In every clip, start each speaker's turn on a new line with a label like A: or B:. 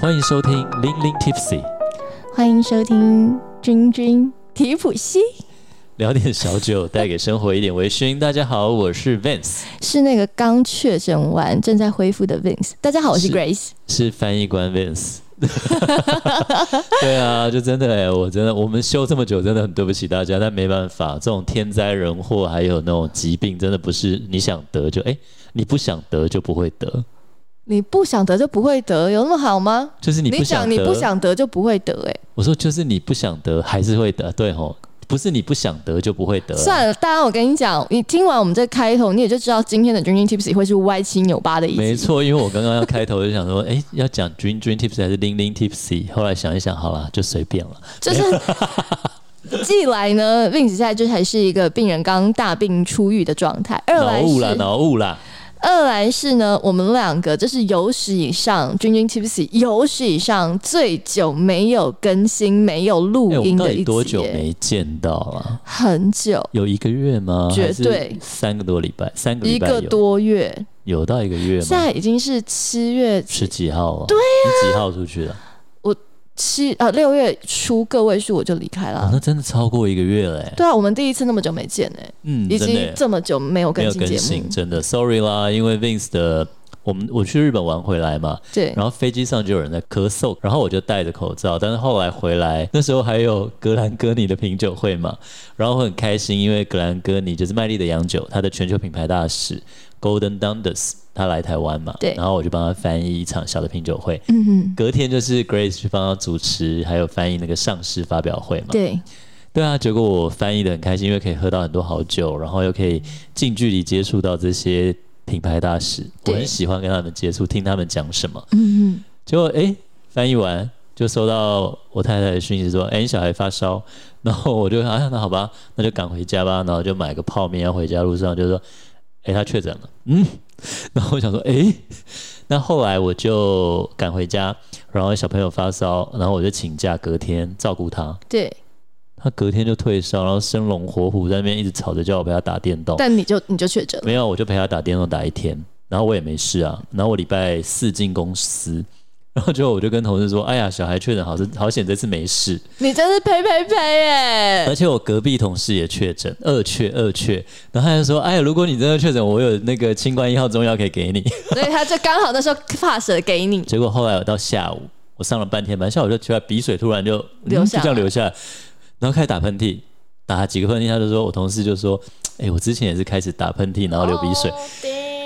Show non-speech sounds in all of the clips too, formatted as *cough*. A: 欢迎收听《零零 Tipsy》，
B: 欢迎收听君君提普西，
A: 聊点小 *laughs* 酒，带给生活一点微醺。大家好，我是 Vince，
B: 是那个刚确诊完正在恢复的 Vince。大家好，我是
A: 是
B: Grace。
A: 是翻译官 Vince。对啊，就真的哎、我真的，我们休这么久，真的很对不起大家，但没办法，这种天灾人祸还有那种疾病，真的不是你想得就哎、你不想得就不会得，
B: 你不想得就不会得，有那么好吗？
A: 就是你不想
B: 讲
A: 得，
B: 你不想得就不会得、欸，
A: 我说就是你不想得还是会得，对吼，不是你不想得就不会得、啊，
B: 算了，大家，我跟你讲，你听完我们这开头，你也就知道今天的君君 Tipsy 会是歪七扭八的一
A: 没
B: 集。
A: 错，因为我刚刚要开头就想说，哎、要讲 dream dream tips 还是 ling ling tipsy，后来想一想，好啦，就随便了。
B: 就是 *laughs* 既来呢，Vince 现在就还是一个病人刚大病初愈的状态，二
A: 脑
B: 来
A: 雾啦，
B: 是
A: 脑雾啦，
B: 二来是呢，我们两个这是有史以上君君 Tipsy 有史以上最久没有更新、没有录
A: 哎、我
B: 音
A: 们到
B: 的一
A: 底
B: 集耶，
A: 多久没见到了？
B: 很久，
A: 有一个月吗？
B: 绝
A: 还是
B: 对
A: 三个多礼拜，三个
B: 一
A: 礼拜
B: 个
A: 有
B: 多月，
A: 有到一个月
B: 现
A: 吗？
B: 在已经是七月
A: 是几号啊？对啊，你几号出去的、
B: 七呃六月初个位数我就离开了。
A: 哦？那真的超过一个月了、欸，
B: 对啊，我们第一次那么久没见哎、
A: 嗯，
B: 已
A: 真的、
B: 经
A: 欸。
B: 这么久没有
A: 没
B: 更
A: 有
B: 新
A: 更
B: 节
A: 新，
B: 目，
A: 真的，sorry 啦，因为 Vince 的，我们我去日本玩回来嘛，
B: 对
A: 然后飞机上就有人在咳嗽，然后我就戴着口罩，但是后来回来，那时候还有格兰哥尼的品酒会嘛，然后我很开心，因为格兰哥尼就是麦丽的洋酒，它的全球品牌大使 Golden Dundas 他来台湾嘛，
B: 对
A: 然后我就帮他翻译一场小的品酒会，
B: 嗯哼，
A: 隔天就是 Grace 去帮他主持，还有翻译那个上市发表会嘛，
B: 对，
A: 对啊，结果我翻译的很开心，因为可以喝到很多好酒，然后又可以近距离接触到这些品牌大使，我
B: 对
A: 很喜欢跟他们接触，听他们讲什么。
B: 嗯
A: 结果诶，翻译完就收到我太太的讯息说，诶，你小孩发烧， *laughs* 然后我就啊，那好吧，那就赶回家吧，然后就买个泡面，要回家路上就说，诶，他确诊了，嗯， *laughs* 然后我想说，诶，那后来我就赶回家，然后小朋友发烧，然后我就请假，隔天照顾他，
B: 哼，对。
A: 他隔天就退烧，然后生龙活虎在那边一直吵着叫我陪他打电动，
B: 但你就你就确诊了，
A: 没有，我就陪他打电动打一天，然后我也没事啊。然后我礼拜四进公司，然后就我就跟同事说：“哎呀，小孩确诊，好是好险，这次没事。
B: 你真是呸呸呸
A: *laughs*
B: 哎、
A: 而且我隔壁同事也确诊，二确二确。然后他就说：“哎呀，如果你真的确诊，我有那个清冠一号中药可以给你。
B: 所以他就刚好那时候 pass 了给你”，
A: 结果后来我到下午，我上了半天班，下午就奇怪，鼻水突然就嗯
B: 流下
A: 就
B: 来
A: 这样流下来，然后开始打喷嚏。打几个喷嚏，他就说，我同事就说，哎、我之前也是开始打喷嚏，然后流鼻
B: 哦
A: 水，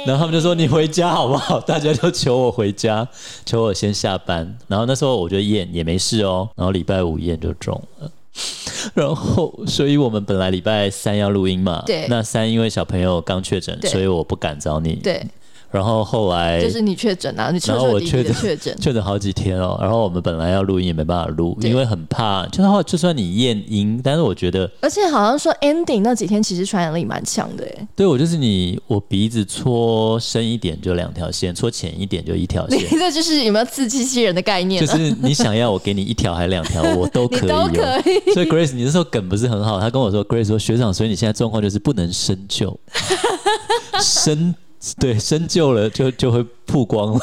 A: 然后他们就说：“你回家好不好？”大家就求我回家，求我先下班。然后那时候我就验也没事哦，然后礼拜五验就中了。然后，所以我们本来礼拜三要录音嘛，
B: 对
A: 那三因为小朋友刚确诊，
B: 对
A: 所以我不敢找你。，
B: 对，
A: 然后后来
B: 就是你确诊啊，你彻
A: 然后
B: 彻
A: 我
B: 底底的
A: 确
B: 确诊，
A: 确诊好几天哦，然后我们本来要录音也没办法录，
B: 对
A: 因为很怕，就是后来就算你验阴，但是我觉得
B: 而且好像说 ending 那几天其实传染力蛮强的哎、
A: 对我就是你，我鼻子搓深一点就两条线，搓浅一点就一条线
B: 你，这就是有没有自欺欺人的概念
A: 就
B: 呢、啊？
A: 是你想要我给你一条还两条，我都可
B: 你
A: 以、哦。
B: 都可以，
A: 所以 Grace，你那时候梗不是很好，他跟我说，Grace 说学长，所以你现在状况就是不能深
B: *laughs*
A: 究，深对深究了就就会曝光
B: *laughs*
A: 了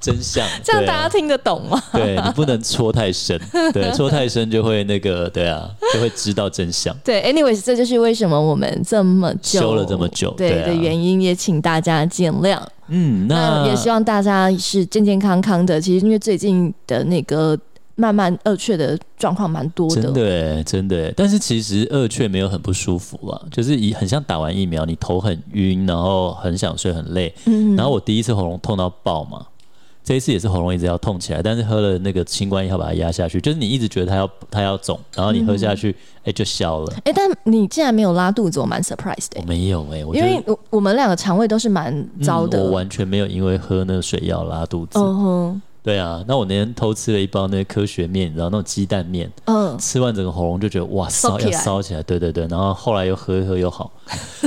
A: 真相。
B: 这样
A: 对啊
B: 大家听得懂吗？
A: 对你不能戳太深，对，戳太深就会那个对啊，就会知道真相。
B: 对，anyways，这就是为什么我们这么久
A: 休了这么久
B: 对
A: 对啊
B: 的原因，也请大家见谅。
A: 嗯，
B: 那也希望大家是健健康康的。其实因为最近的那个慢慢恶雀的状况蛮多
A: 真的欸真的欸，但是其实二雀没有很不舒服啊，就是以很像打完疫苗，你头很晕，然后很想睡，很累。
B: 嗯
A: 然后我第一次喉咙痛到爆嘛，这一次也是喉咙一直要痛起来，但是喝了那个清冠一号把它压下去，就是你一直觉得它要它要肿，然后你喝下去，哎、就消了。
B: 嗯哎、但你竟然没有拉肚子，我蛮 surprised 的欸
A: 我、没有哎、我觉
B: 因
A: 得
B: 为我我们两个肠胃都是蛮糟的。
A: 嗯我完全没有因为喝那个水药拉肚子。
B: 嗯哼，
A: 对啊，那我那天偷吃了一包那个科学面，你知道那种鸡蛋面，
B: 嗯，
A: 吃完整个喉咙就觉得哇烧
B: 烧起
A: 要
B: 来
A: 烧起来，对对对，然后后来又喝一喝又好，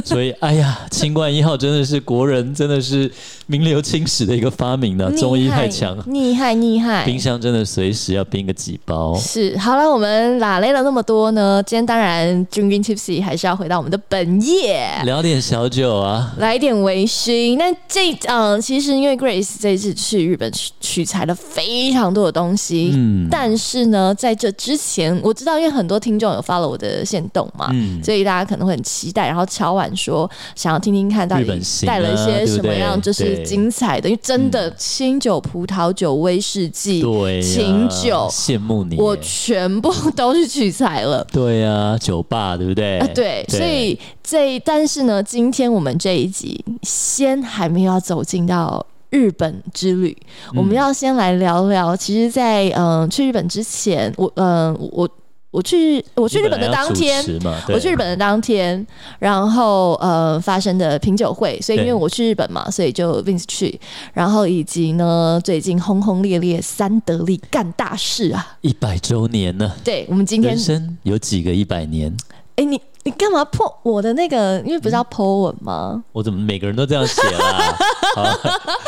A: 所以，哎呀，清冠一号真的是国人真的是名留青史的一个发明呢、中医太强 *laughs* 了，
B: 厉害厉害。
A: 冰箱真的随时要冰个几包。
B: 是，好了，我们拉累了那么多呢，今天当然君君 Tipsy 还是要回到我们的本业，
A: 聊点小酒啊，
B: 来一点微醺。那这嗯、其实因为 Grace 这一次去日本取取材了非常多的东西，
A: 嗯
B: 但是呢，在这之前，我知道因为很多听众有 follow 我的线动嘛，
A: 嗯，
B: 所以大家可能会很期待，然后敲碗说想要听听看到
A: 日
B: 底
A: 本行啊
B: 带了一些什么样
A: 对不对嗯
B: 就是精彩的，因为真的清酒、葡萄酒、威士忌、
A: 对、啊，
B: 琴酒
A: 羡慕你耶，
B: 我全部都是取材了。
A: 对呀、酒吧对不对？
B: 啊，对，所以这但是呢，今天我们这一集先还没有要走进到日本之旅，我们要先来聊聊，其实在，嗯去日本之前，我嗯、我我我去我
A: 我
B: 去日本的当天。
A: 嘛，对
B: 我去日本的当天，然后呃发生的品酒会，所以因为
A: 对
B: 我去日本嘛，所以就 Vince 去，然后以及呢最近轰轰烈烈三得利干大事啊，
A: 一百周年呢，
B: 对我们今天
A: 人生有几个一百年？
B: 哎，你你干嘛破我的那个？因为不
A: 嗯
B: 是要 po 文吗？
A: 我怎么每个人都这样写
B: *laughs*
A: 啦？好，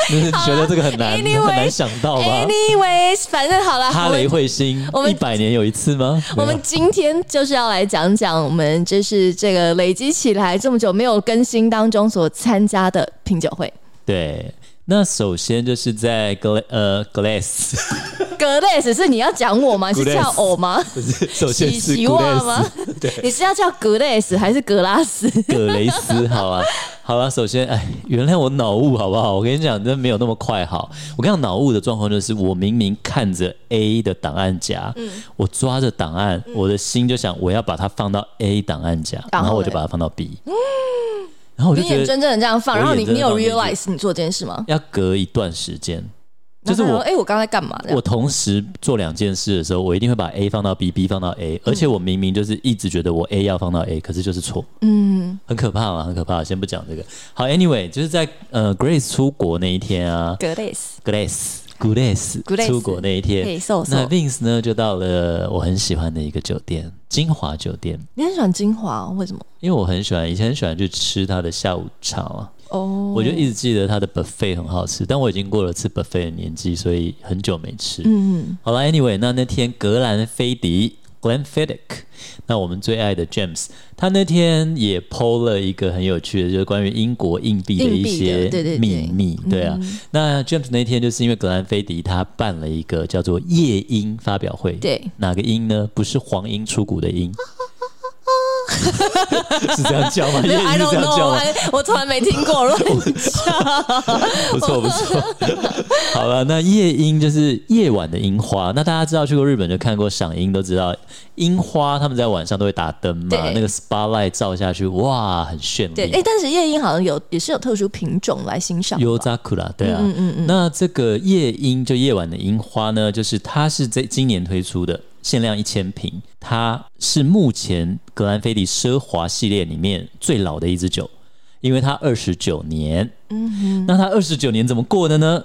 A: 就是觉得这个很难很
B: 啊 anyway，
A: 难想到吧？
B: Anyways，反正好了，
A: 哈
B: 我
A: 雷啊
B: 们
A: 彗星
B: 我们
A: 一百年有一次吗？
B: 我们今天就是要来讲讲我们就是这个累积起来这么久没有更新当中所参加的品酒会。
A: 对。那首先就是在 gla 呃 glass，
B: 格雷斯是你要讲我吗？是叫我吗？
A: *laughs* 不是首先
B: 喜
A: 是
B: 喜袜吗
A: glass，？对，
B: 你是要叫格雷斯还是格拉斯？
A: 葛雷斯，好啊，好啊。首先，哎，原谅我脑雾，好不好？我跟你讲，真的没有那么快好。我跟你讲，脑雾的状况就是，我明明看着 A 的档案夹，
B: 嗯
A: 我抓着档案，我的心就想我要把它放到 A 档案夹，
B: 然后
A: 然后我就
B: 嗯嘞
A: 把它放到 B，然后我就
B: 你
A: 觉
B: 眼
A: 得
B: 睁睁的这样放，
A: 我
B: 然后你
A: 眼睁
B: 你
A: 睁
B: 有
A: 放进去
B: realize 你做这件事吗？
A: 要隔一段时间，就是
B: 然后
A: 我
B: 哎、我刚才干嘛这样？
A: 我同时做两件事的时候，我一定会把 A 放到 B，B 放到
B: 嗯
A: A，而且我明明就是一直觉得我 A 要放到 A，可是就是错，嗯，很可怕嘛，很可怕。先不讲这个。好，Anyway，就是在呃 Grace 出国那一天啊
B: 格雷斯，
A: ，Grace Grace
B: Grace
A: 出国那一
B: 嘿
A: 天，
B: 瘦瘦
A: 那 Vince 呢就到了我很喜欢的一个酒店——金华酒店，
B: 你很喜欢精华、哦，为什么？
A: 因为我很喜欢，以前很喜欢去吃它的下午茶啊。
B: 哦、
A: 我就一直记得它的 buffet 很好吃，但我已经过了吃 buffet 的年纪，所以很久没吃。
B: 嗯，
A: 好了，Anyway，那那天格兰菲迪 （Glen Fiddick），那我们最爱的 James，他那天也 PO 了一个很有趣的，就是关于英国硬币的
B: 硬
A: 一
B: 币
A: 些
B: 的对嗯对对
A: 秘密。对啊，那 James 那天就是因为格兰菲迪他办了一个叫做夜鹰发表会。
B: 对，
A: 哪个鹰呢？不是黄莺出谷的
B: *laughs*
A: 鹰。 *laughs* 是这样 *laughs* 叫吗？夜
B: 没有
A: 鹰
B: *laughs* ，I
A: 是
B: don't
A: 这样叫
B: know，
A: 吗？
B: I- 我从来没听过乱
A: *laughs*
B: 叫。
A: 不错不错， *laughs* 好了，那夜樱就是夜晚的樱花。那大家知道去过日本就看过赏樱，都知道樱花他们在晚上都会打灯嘛
B: 对，
A: 那个 spotlight 照下去，哇，很绚
B: 对，哎、 *laughs*
A: 丽。
B: 但是夜莺好像有也是有特殊品种来欣赏吧。
A: 优扎库拉，对啊，那这个夜樱就夜晚的樱花呢，就是它是在今年推出的，限量一千瓶，它是目前格兰菲迪奢华系列里面最老的一支酒，因为它二十九年，那他二十九年怎么过的呢？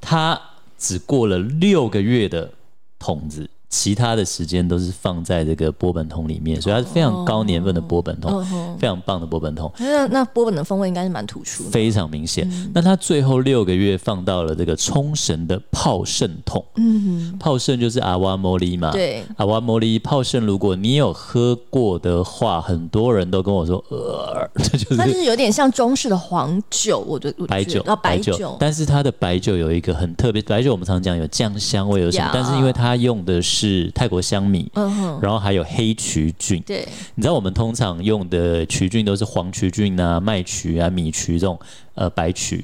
A: 他只过了六个月的桶子，其他的时间都是放在这个波本桶里面，所以它是非常高年份的波本桶，非常棒的波本桶，
B: 那那波本的风味应该是蛮突出的。
A: 非常明显。
B: 嗯
A: 那他最后六个月放到了这个冲绳的泡盛桶，
B: 嗯，
A: 泡盛就是阿瓦莫利嘛，
B: 对，
A: 阿瓦摩利泡盛，如果你有喝过的话，很多人都跟我说，呃， *laughs* 这就是
B: 它就是有点像中式的黄酒，我觉得我
A: 白
B: 觉
A: 酒
B: 得，啊白
A: 但是它的白酒有一个很特别，白酒我们常讲有酱香味有什么
B: Yeah
A: 但是因为它用的是泰国香米，
B: 嗯哼，
A: 然后还有黑曲菌。
B: 对，
A: 你知道我们通常用的曲菌都是黄曲菌啊、麦曲啊、米曲这种呃白曲，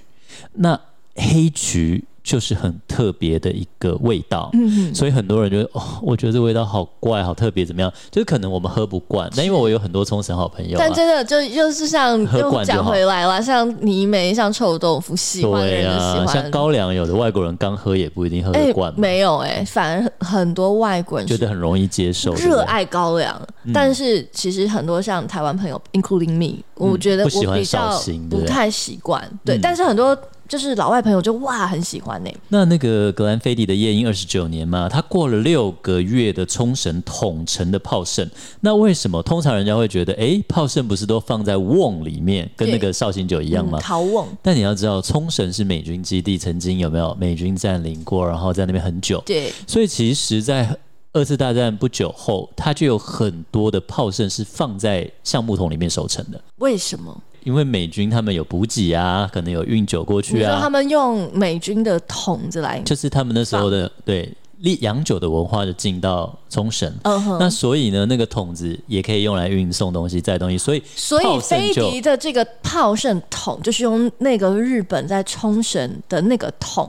A: 那黑曲就是很特别的一个味道。
B: 嗯
A: 所以很多人觉得哦，我觉得这味道好怪，好特别，怎么样？就是可能我们喝不惯，但因为我有很多冲绳好朋友、啊，
B: 但真的就就是像
A: 喝惯就
B: 又
A: 好
B: 讲回来了，像泥煤、像臭豆腐，喜欢的
A: 对
B: 人就喜
A: 啊，
B: 欢。
A: 像高粱，有的外国人刚喝也不一定喝
B: 哎
A: 得惯嘛，
B: 没有哎、反而很很多外国人
A: 觉
B: 是
A: 得很容易接受，对不
B: 热
A: 对
B: 爱高粱，
A: 嗯
B: 但是其实很多像台湾朋友，including me，、我觉得
A: 嗯不喜
B: 我
A: 欢
B: 比较
A: 绍兴对
B: 不
A: 不对
B: 太习惯。对，
A: 嗯
B: 但是很多就是老外朋友就哇很喜欢呢、欸
A: 那那个格兰菲迪的夜莺二十九年嘛，他过了六个月的冲绳统称的炮盛，那为什么通常人家会觉得，诶，炮盛不是都放在瓮里面，跟那个绍兴酒一样吗
B: 嗯，？陶瓮，
A: 但你要知道，冲绳是美军基地，曾经有没有美军占领过，然后在那边很久，
B: 对，
A: 所以其实，在二次大战不久后，它就有很多的炮盛是放在橡木桶里面熟成的，
B: 为什么？
A: 因为美军他们有补给啊，可能有运酒过
B: 你
A: 去
B: 说他
A: 啊，
B: 们用美军的桶子来，
A: 就是他们那时候的对历洋酒的文化就进到冲绳。
B: 嗯
A: 那
B: 哼，
A: 所以呢，那个桶子也可以用来运送东西、载东西，所以
B: 所以
A: 炮盛
B: 飞
A: 就
B: 迪的这个炮盛桶就是用那个日本在冲绳的那个桶，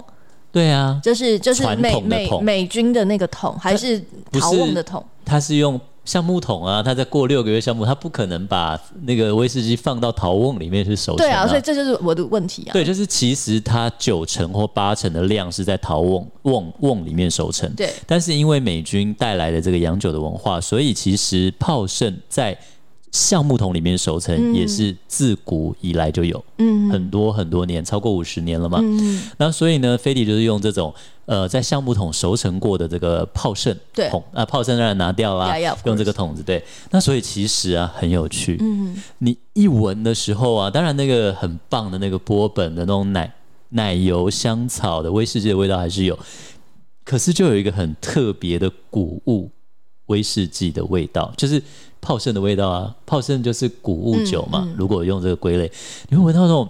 A: 对啊，
B: 就是就是
A: 传
B: 美
A: 统的
B: 美
A: 桶
B: 美军的那个桶，还是
A: 不
B: 陶
A: 是
B: 瓮的桶？
A: 它是用橡木桶啊，它在过六个月橡木，它不可能把那个威士忌放到陶瓮里面去熟成、
B: 对啊，所以这就是我的问题啊。
A: 对，就是其实它九成或八成的量是在陶瓮瓮瓮里面熟成。
B: 对
A: 但是因为美军带来的这个洋酒的文化，所以其实炮盛在橡木桶里面熟成也是自古以来就有，
B: 嗯
A: 很多很多年，超过五十年了嘛。
B: 嗯，
A: 那所以呢，菲迪就是用这种呃在橡木桶熟成过的这个炮盛
B: 对
A: 桶啊，炮盛当然拿掉啦
B: Yeah, yeah, of
A: 用这个桶子对。那所以其实啊很有趣，
B: 嗯，
A: 你一闻的时候啊，当然那个很棒的那个波本的那种奶奶油香草的威士忌的味道还是有，可是就有一个很特别的谷物威士忌的味道，就是泡盛的味道啊，泡盛就是谷物酒
B: 嗯
A: 嘛。如果用这个归类，你会闻到那种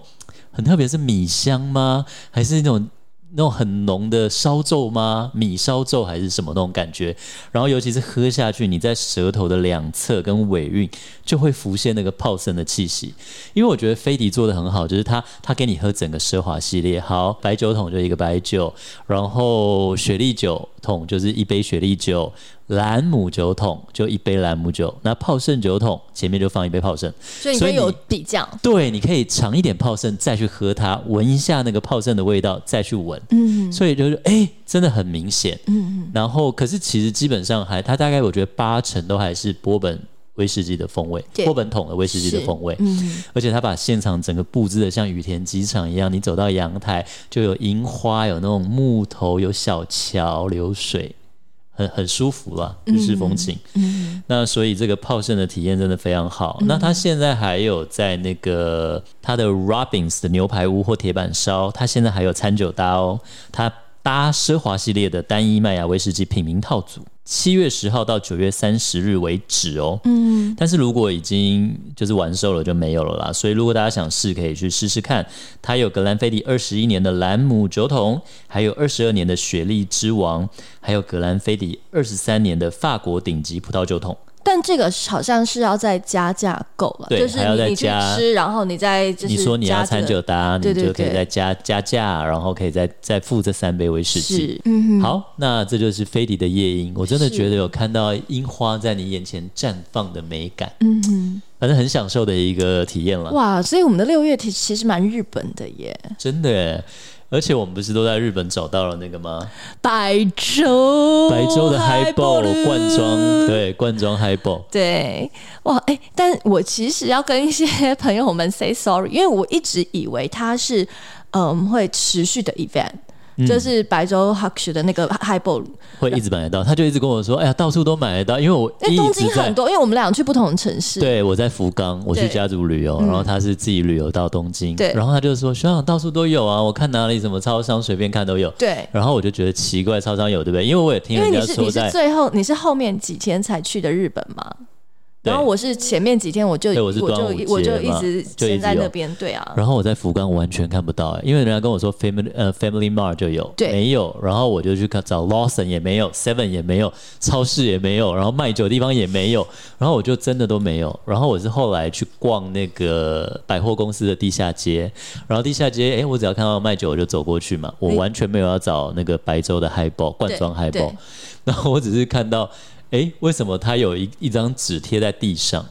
A: 很特别是米香吗？还是那种那种很浓的烧皱吗？米烧皱还是什么那种感觉？然后尤其是喝下去，你在舌头的两侧跟尾韵就会浮现那个泡盛的气息。因为我觉得飞迪做的很好，就是他他给你喝整个奢华系列，好白酒桶就一个白酒，然后雪莉酒桶就是一杯雪莉酒，兰姆酒桶就一杯兰姆酒，那泡盛酒桶前面就放一杯泡盛。
B: 所以你
A: 所以
B: 会有
A: 你
B: 比较，
A: 对，你可以尝一点泡盛，再去喝它，闻一下那个泡盛的味道，再去闻。嗯，所以就是哎、真的很明显。嗯，然后可是其实基本上还，它大概我觉得八成都还是波本威士忌的风味，
B: 对
A: 波本桶的威士忌的
B: 是
A: 风味。嗯，而且它把现场整个布置的像羽田机场一样，你走到阳台就有樱花，有那种木头，有小桥流水。很很舒服啦，日式风情。那所以这个泡盛的体验真的非常好。那它现在还有在那个它的 Robbins 的牛排屋或铁板烧，它现在还有餐酒搭哦，它搭奢华系列的单一麦芽威士忌品名套组。七月十号到九月三十日为止哦，嗯，但是如果已经就是完售了就没有了啦，所以如果大家想试，可以去试试看。它有格兰菲迪二十一年的兰姆酒桶，还有二十二年的雪莉之王，还有格兰菲迪二十三年的法国顶级葡萄酒桶。
B: 但这个好像是要再加价购吧？
A: 对
B: 就是
A: 还要
B: 你
A: 再
B: 你去
A: 加
B: 吃，然后你再就是
A: 你说你要
B: 加这
A: 餐
B: 个
A: 酒搭，
B: 对对
A: 你就可以
B: 对
A: 再加加价，然后可以再再付这三杯威士忌。
B: 是嗯
A: 好，那这就是飞迪的夜莺，我真的
B: 是
A: 觉得有看到樱花在你眼前绽放的美感，
B: 嗯哼
A: 反正很享受的一个体验了，
B: 哇，所以我们的六月其其实蛮日本的耶，
A: 真的耶。而且我们不是都在日本找到了那个吗？
B: 白粥
A: 白粥的
B: h i
A: high ball 罐装，对，罐装 high ball。
B: 对，哇，哎、但我其实要跟一些朋友们 say sorry，因为我一直以为它是嗯会持续的 event，、就是
A: 嗯
B: 白州 h u c h 的那个 high ball，
A: 会一直买得到，他就一直跟我说：“哎呀，到处都买得到。”因为我
B: 因为
A: 一
B: 东
A: 直
B: 京
A: 在
B: 很多，因为我们俩去不同的城市，
A: 对，我在福冈，我去
B: 对嗯
A: 家族旅游，然后他是自己旅游到东京，
B: 对
A: 然后他就说学长到处都有啊，我看哪里什么超商随便看都有，
B: 对
A: 然后我就觉得奇怪，超商有对不对？因为我也听
B: 因为
A: 人家
B: 你是
A: 说
B: 你是
A: 在，
B: 最后你是后面几天才去的日本嘛，然后
A: 对
B: 我是前面几天我就
A: 对
B: 我
A: 我是
B: 就
A: 端午节
B: 我就一
A: 嘛
B: 直
A: 就一
B: 先
A: 直
B: 在那
A: 有
B: 边，对啊，
A: 然后我在福冈完全看不到、哎，因为人家跟我说 Family 呃 Family Mart 就有，
B: 对
A: 没有，然后我就去看找 Lawson 也没有，Seven 也没有，超市也没有，然后卖酒的地方也没有，然后我就真的都没有。然后我是后来去逛那个百货公司的地下街，然后地下街，哎，我只要看到卖酒我就走过去嘛，我
B: 哎
A: 完全没有要找那个白粥的 h i g 罐装 h i
B: 对
A: g
B: 对
A: *laughs* 然后我只是看到，哎，为什么它有一一张纸贴在地上？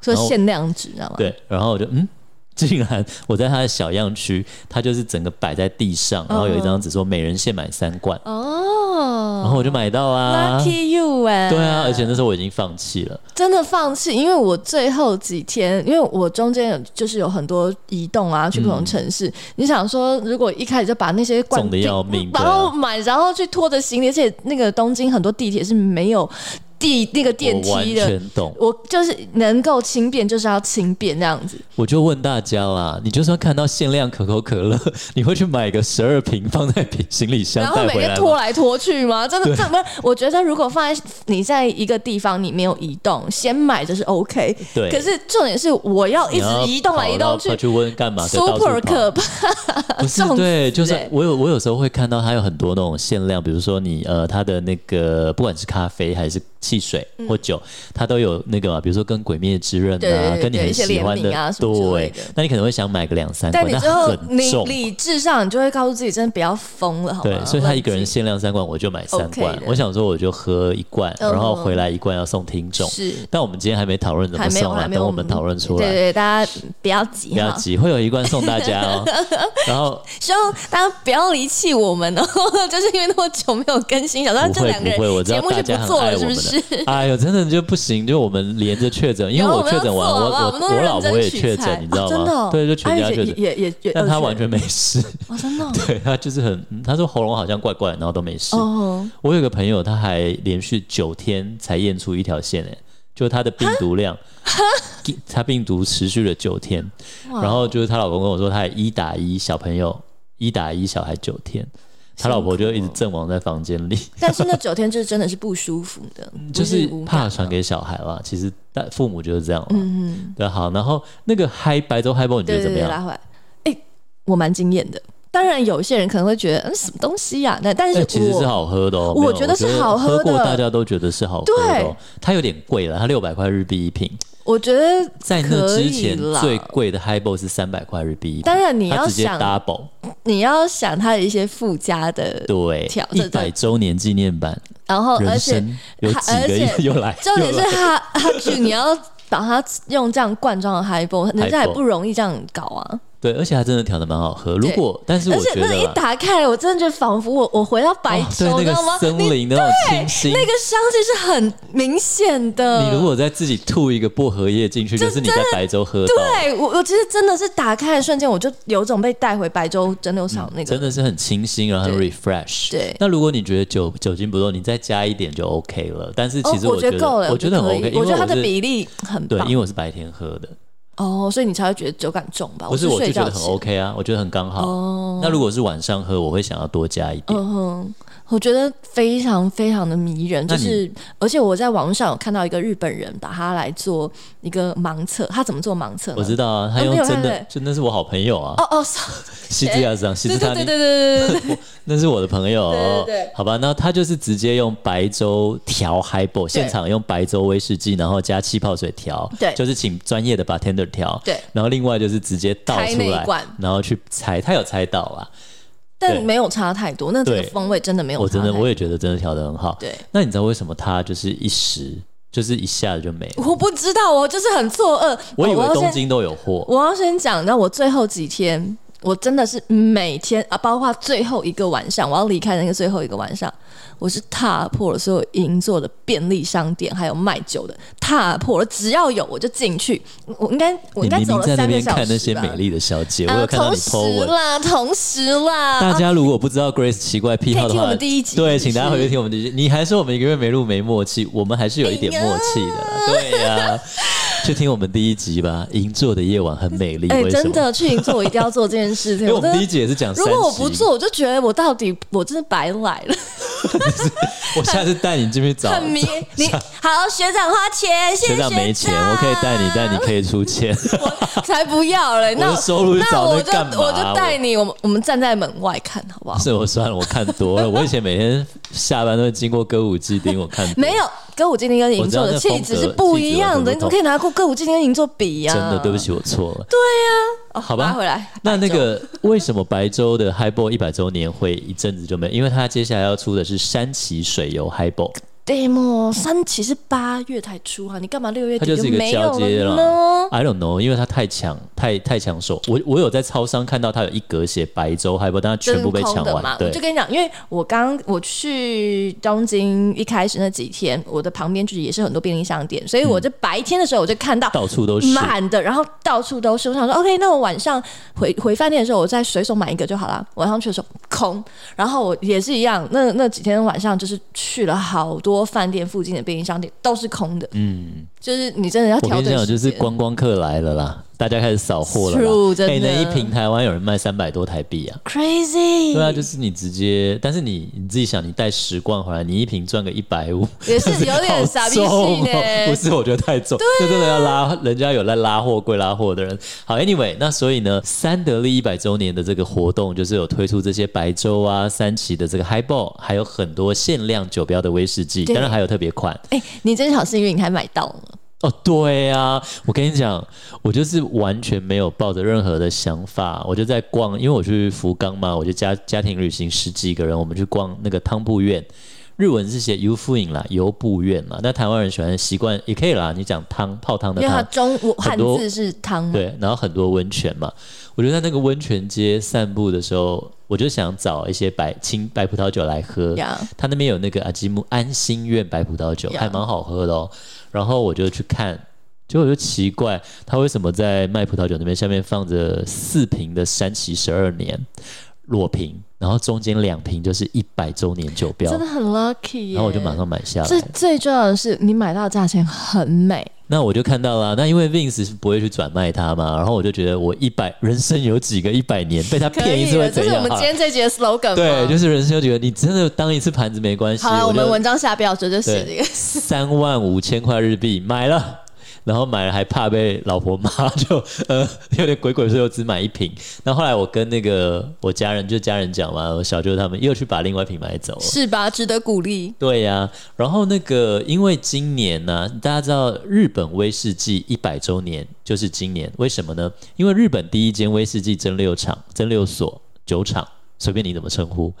B: 说
A: 然后
B: 限量值，知道吗？
A: 对，然后我就嗯， *laughs* 竟然我在他的
B: 嗯
A: 小样区，他就是整个摆在地上，然后有一张纸说每人限买三罐。
B: 哦，哦，
A: 然后我就买到啊。
B: lucky you 哎、
A: 对啊，而且那时候我已经放弃了。
B: 真的放弃，因为我最后几天，因为我中间有就是有很多移动啊，去不同城市。你想说，如果一开始就把那些
A: 嗯
B: 罐
A: 重得要命对
B: 然
A: 啊
B: 后买，然后去拖着行李，而且那个东京很多地铁是没有地那个电
A: 我完
B: 梯的。
A: 全懂。
B: 我就是能够轻便，就是要轻便这样子。
A: 我就问大家啦，你就算看到限量可口可乐， *laughs* 你会去买个十二瓶放在瓶行李箱
B: 然后
A: 带
B: 每
A: 回
B: 个
A: 来
B: 拖
A: 吗？
B: 来拖去
A: *laughs*
B: 吗？真的，这不是？我觉得如果放在你在一个地方你没有移动，先买就是 OK。
A: 对
B: 可是重点是我要一
A: 你
B: 直
A: 要
B: 移动来移
A: 跑到
B: 动去
A: 跑去问干嘛对到处跑
B: ，super 可怕。
A: 不是
B: 撞
A: 对，
B: 死
A: 就是
B: 欸
A: 我有我有时候会看到它有很多那种限量，比如说你呃它的那个不管是咖啡还是汽水或酒，它都有那个嘛，比如说跟《鬼灭之刃》
B: 嗯对对
A: 啊，
B: 对
A: 跟你
B: 对
A: 很
B: 一些
A: 喜欢
B: 联
A: 的
B: 名啊，什么之
A: 对
B: 类的，
A: 那你可能会想买个两三罐
B: 但，你
A: 但
B: 之后
A: 很
B: 你
A: 重。
B: 理智上你就会告诉自己，真的不要疯了，好吗？
A: 对，所以他一个人
B: 冷静
A: 限量三罐，我就买三
B: OK
A: 罐
B: 的。
A: 我想说，我就喝一罐，
B: 嗯
A: 然后回来一罐要送听众。
B: 是
A: 但我们今天还没讨论怎么
B: 还没有
A: 送
B: 还
A: 啊，
B: 没有
A: 等我们讨论出
B: 对
A: 来。
B: 对，大家不要急
A: 不要
B: 哈，
A: 急，会有一罐送大家
B: *laughs*
A: 哦。然后
B: 希望大家不要离弃我们哦，就是因为那么久没有更新，想到
A: 不
B: 啊这
A: 会
B: 两个
A: 不会，我
B: 人
A: 知
B: 节
A: 道
B: 目
A: 大
B: 就
A: 家
B: 不
A: 很
B: 做
A: 爱
B: 了，
A: 我
B: 是
A: 们
B: 不
A: 的。
B: 是？
A: *laughs* 哎呦，真的就不行，就我们连着确诊，因为
B: 然后
A: 我
B: 们
A: 确
B: 要
A: 诊
B: 做
A: 完，
B: 好
A: 我
B: 不好我们都
A: 我
B: 认
A: 老
B: 真
A: 婆也
B: 取
A: 确
B: 材
A: 诊，你知道
B: 哦真的
A: 吗
B: 哦？
A: 对，就全家
B: 哎也
A: 确
B: 也
A: 诊，
B: 也也也，
A: 但他
B: 哦
A: 完全没事。
B: 哦，真的哦
A: *laughs* 对他就是很，嗯他说喉咙好像怪怪的，然后都没事。
B: 哦，
A: 我有个朋友，他还连续九天才验出一条线、欸，就是他的病毒量， *laughs* 他病毒持续了九天，
B: 哇哦
A: 然后就是她老公跟我说，他也一打一小朋友，一打一小孩九天，他老婆
B: 哦
A: 就一直阵亡在房间里，
B: 但是那九天就是真的是不舒服的，
A: 就
B: 不
A: 是
B: 无感
A: 怕
B: 的
A: 传。给小孩啦。其实但父母就是这样啦。
B: 嗯，
A: 对，好，然后那个嗨白粥嗨包你觉
B: 对
A: 得怎
B: 对
A: 么样？
B: 对，拉回来。哎、我蛮惊艳的。当然，有些人可能会觉得，嗯，什么东西呀、那但是
A: 但
B: 我
A: 哎其实是好喝的哦，
B: 我
A: 没有
B: 觉得是好喝
A: 喝
B: 的
A: 过大家都觉得是好喝的哦
B: 对。
A: 它有点贵了，它六百块日币一瓶，
B: 我觉得
A: 在那之前
B: 可以啦
A: 最贵的 Highball 是三百块日币一瓶，
B: 当然你
A: 它
B: 要
A: 直接
B: 想
A: double，
B: 你要想它的一些附加的，
A: 对
B: 挑，
A: 一
B: 这
A: 百周年纪念版，
B: 然后而
A: 人
B: 且
A: 生有几
B: 而
A: 个
B: 且
A: 又又来，
B: *laughs* 重点是
A: 又来
B: 它它就你要把它用这样罐装的 h i g h b a l 人家也
A: Highball
B: 不容易这样搞啊。
A: 对，而且它真的调的蛮好喝。如果，但是
B: 而
A: 我
B: 且
A: 觉
B: 那个
A: 得
B: 一
A: 啦
B: 打开，我真的觉得仿佛我我回到白
A: 哦
B: 州，
A: 对那
B: 你知道吗
A: 个？森
B: 你
A: 林的那种清新，
B: 那个香气是很明显的。
A: 你如果再自己吐一个薄荷叶进去，就是你在白粥喝到的。
B: 对哎我，我其实真的是打开的瞬间，我就有种被带回白粥蒸馏厂那个。
A: 真的是很清新，然后很
B: 对
A: refresh。
B: 对
A: 那如果你觉得酒酒精不够，你再加一点就 OK 了。但是
B: 哦
A: 其，实
B: 我
A: 觉得，
B: 够了，
A: 我觉得很 OK，
B: 可以
A: 因为
B: 我觉得它的
A: 是
B: 比例很
A: 对，
B: 棒
A: 因为。我是白天喝的，
B: 哦，所以你才会觉得酒感重吧？
A: 不是我
B: 哦睡
A: 就觉
B: 觉
A: 得很
B: 前。
A: OK 啊，我觉得很刚好。
B: 哦
A: 那如果是晚上喝，我会想要多加一点。
B: 嗯哼，我觉得非常非常的迷人，
A: 那
B: 就
A: 你
B: 是而且我在网络上有看到一个日本人把它来做一个盲测，他怎么做盲测呢？
A: 我知道啊，他
B: 哦
A: 用
B: 没有
A: 真
B: 看
A: 的
B: 对，
A: 就那是我好朋友啊， *laughs*
B: 哦哦，
A: 西之亚上，西
B: 对
A: 之
B: 对
A: 他
B: 对对
A: 尼，
B: 对对对
A: *laughs*
B: 对，
A: 那是我的朋友哦。
B: 对对对
A: 好吧，那他就是直接用白粥调 highball，现场用白粥威士忌，然后加气泡水调，
B: 对
A: 就是请专业的 bartender 调，
B: 对
A: 然后另外就是直接倒
B: 开
A: 出
B: 那一
A: 来
B: 罐，
A: 然后去猜，他有猜到啊，
B: 但没有差太多，那这个
A: 对
B: 风味真的没有
A: 我
B: 差
A: 真
B: 太多。
A: 的我也觉得真的调的很好。
B: 对，
A: 那你知道为什么他就是一时，就是一下子就没了？
B: 我不知道，我就是很错愕。
A: 我以为
B: 哦要
A: 东
B: 先，
A: 京都有货，
B: 我要先讲，那我最后几天，我真的是每天啊，包括最后一个晚上，我要离开那个最后一个晚上，我是踏破了所有银座的便利商店，还有卖酒的，踏破了，只要有我就进去。我应该，
A: 你
B: 我应该
A: 明
B: 走
A: 明
B: 了
A: 在那
B: 三个
A: 边
B: 小时吧。
A: 看那些美丽的小姐，我
B: 啊，
A: 有看到
B: 同
A: 你
B: 时
A: po 文。
B: 啦，同时
A: *laughs*
B: 啦，
A: 大
B: 啊
A: 家如果不知道 Grace 奇怪癖好
B: 可以
A: 的
B: 听
A: 话，
B: 我们第一集
A: 对，
B: 是不是
A: 请大家回去听我们第一集。你还说我们一个月没录没默契，我们还是有一点
B: 哎
A: 默契的啦。对呀、去听我们第一集吧。银座的夜晚很美丽，
B: 哎、
A: 为什
B: 真
A: 么？
B: 的去银座，我一定要做这件事
A: *laughs* 因
B: 情。
A: 为我
B: 真
A: 们第
B: 的
A: 一，集也是讲三
B: 如
A: 十，
B: 果我不，做，我就觉得我到底我真的白来了。
A: *laughs* 我下次带你进去找。
B: 很迷。 *laughs* 你好，学长花钱，谢谢
A: 学
B: 学
A: 长没钱，我可以带你，但你可以出
B: *laughs*
A: 钱。
B: 我才不要嘞。那
A: 我的收入是
B: 那
A: 找那
B: 我就
A: 干嘛啊
B: 我就带你，我们我们站在门外看好不好？
A: 是我算了，我看多了。我以前每天下班都会经过歌舞伎町，我看多了
B: 没有，歌舞伎町跟银座
A: 我知道
B: 的
A: 那
B: 气
A: 风格
B: 质是不一样的，
A: 气质完全不同
B: 你怎么可以拿过歌舞伎町跟银座比呀、
A: 真的对不
B: 起，
A: 起，我错了。
B: 哦、
A: 好吧
B: 拉回来。
A: 那那
B: 白粥
A: 个为什么白粥的 *laughs* Highball 一百周年会一阵子就没有？因为它接下来要出的是山崎水油 Highball，
B: demo 三期是八月才出哈、你干嘛六月
A: 它
B: 底
A: 就是一个
B: 没有
A: 交接啦
B: 了呢？
A: I don't know，因为它太抢，太太抢手。我我有在超商看到它有一格写白粥海波，但它
B: 真
A: 全部被抢
B: 空的
A: 完
B: 嘛。。
A: 对
B: 我就，跟你讲，因为我刚我去东京一开始那几天，我的旁边就是也是很多便利商店，所以
A: 嗯
B: 我这白天的时候我就看到
A: 到处都是。
B: 满的，然后到处都是。我想说，OK，那我晚上回回饭店的时候，我再随手买一个就好了。晚上去的时候空，然后我也是一样，那那几天晚上就是去了好多饭店附近的便利商店都是空的，
A: 嗯，
B: 就是你真的要
A: 我
B: 调
A: 跟你
B: 整
A: 讲，
B: 时
A: 就是
B: 间。
A: 观光客来了啦，大家开始扫货了
B: True，
A: 啦。
B: 真的
A: 哎，那一瓶台湾有人卖三百多台币啊。
B: crazy，
A: 对啊，就是你直接，但是你你自己想，你带十罐回来，你一瓶赚个一百五，
B: 也是有点傻逼欸戏
A: 好重
B: 呢
A: 哦不是，我觉得太重，
B: 啊
A: 这真的要拉人家有在拉货柜拉货的人。好，Anyway，那所以呢，三得利一百周年的这个活动，就是有推出这些白粥啊、三旗的这个 Highball，还有很多限量酒标的威士忌，
B: 对
A: 当然还有特别款。
B: 哎、你真是好幸运，你还买到了。
A: 哦，对啊，我跟你讲，我就是完全没有抱着任何的想法，我就在逛，因为我去福冈嘛，我就家家庭旅行十几个人，我们去逛那个汤布院，日文是写游布院啦，游布院啦，那台湾人喜欢习惯也可以啦，你讲汤泡汤的
B: 因为它
A: 汤，
B: 中我汉
A: 很多
B: 字是汤嘛，
A: 对，然后很多温泉嘛，我就在那个温泉街散步的时候，我就想找一些白青白葡萄酒来喝，
B: 呀
A: 他那边有那个阿基姆安心院白葡萄酒
B: Yeah
A: 还蛮好喝的哦。然后我就去看，结果我就奇怪，他为什么在卖葡萄酒那边下面放着四瓶的山崎十二年裸瓶，然后中间两瓶就是一百周年酒标
B: 真，的很 lucky 耶。
A: 然后我就马上买下
B: 最
A: 来。
B: 最重要的是，你买到的价钱很美，
A: 那我就看到了，那因为 Vince 是不会去转卖它嘛，然后我就觉得我一百人生有几个一百年被他
B: 可
A: 骗一
B: 以
A: 次
B: 了。
A: 会
B: 这
A: 怎
B: 是我
A: 样
B: 们今
A: 啊？
B: 天这集的 slogan 吗
A: 对，就是人生有几个，你真的当一次盘子没关系。
B: 好啊了，我
A: 就
B: 们文章下标准就写
A: 对
B: 这
A: *laughs*
B: 个。
A: 三万五千块日币买了。然后买了还怕被老婆骂，就呃有点鬼鬼祟祟，只买一瓶。然后后来我跟那个我家人，就家人讲嘛，我小舅他们又去把另外一瓶买走了。
B: 是吧？值得鼓励。
A: 对呀、然后那个因为今年呢、大家知道日本威士忌一百周年就是今年，为什么呢？因为日本第一间威士忌蒸馏厂、蒸馏所、酒厂，随便你怎么称呼，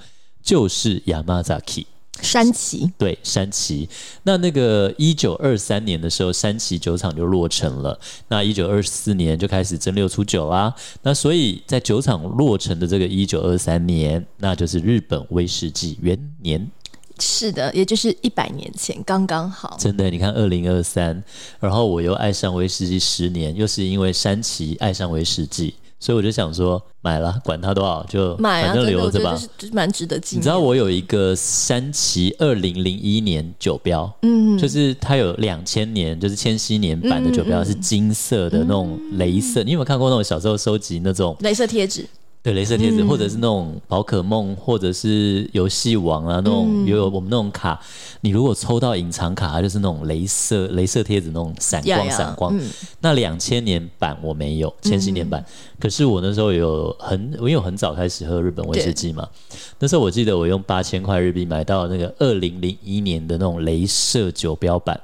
A: 就是雅马扎 k
B: 山崎
A: 对，山崎。那那个一九二三年的时候，山崎酒厂就落成了。那一九二四年就开始蒸馏出酒啦。那所以在酒厂落成的这个一九二三年，那就是日本威士忌元年。
B: 是的，也就是一百年前，刚刚好。
A: 真的，你看二零二三，然后我又爱上威士忌十年，又是因为山崎爱上威士忌，所以我就想说买了，管它多少，就
B: 买啊，
A: 反正
B: 真的，
A: 留
B: 我
A: 着
B: 觉得
A: 吧。
B: 这是就是蛮值得纪
A: 你知
B: 念。
A: 道我有一个山崎二零零一年酒标，嗯，就是它有两千年，就是千禧年版
B: 嗯
A: 的酒标、是金色的那种镭射。你有没有看过那种小时候收集那种
B: 镭射贴纸，
A: 对镭射贴纸，或者是
B: 嗯
A: 那种宝可梦，或者是游戏王啊那
B: 嗯
A: 种，有、有我们那种卡，你如果抽到隐藏卡，它就是那种镭射镭射贴纸那种闪
B: 呀嗯
A: 光
B: 呀
A: 闪光。那两千年版我没有，千禧
B: 嗯
A: 年版，可是我那时候有很，因为我很早开始喝日本威士忌嘛，那时候我记得我用八千块日币买到那个二零零一年的那种镭射酒标版，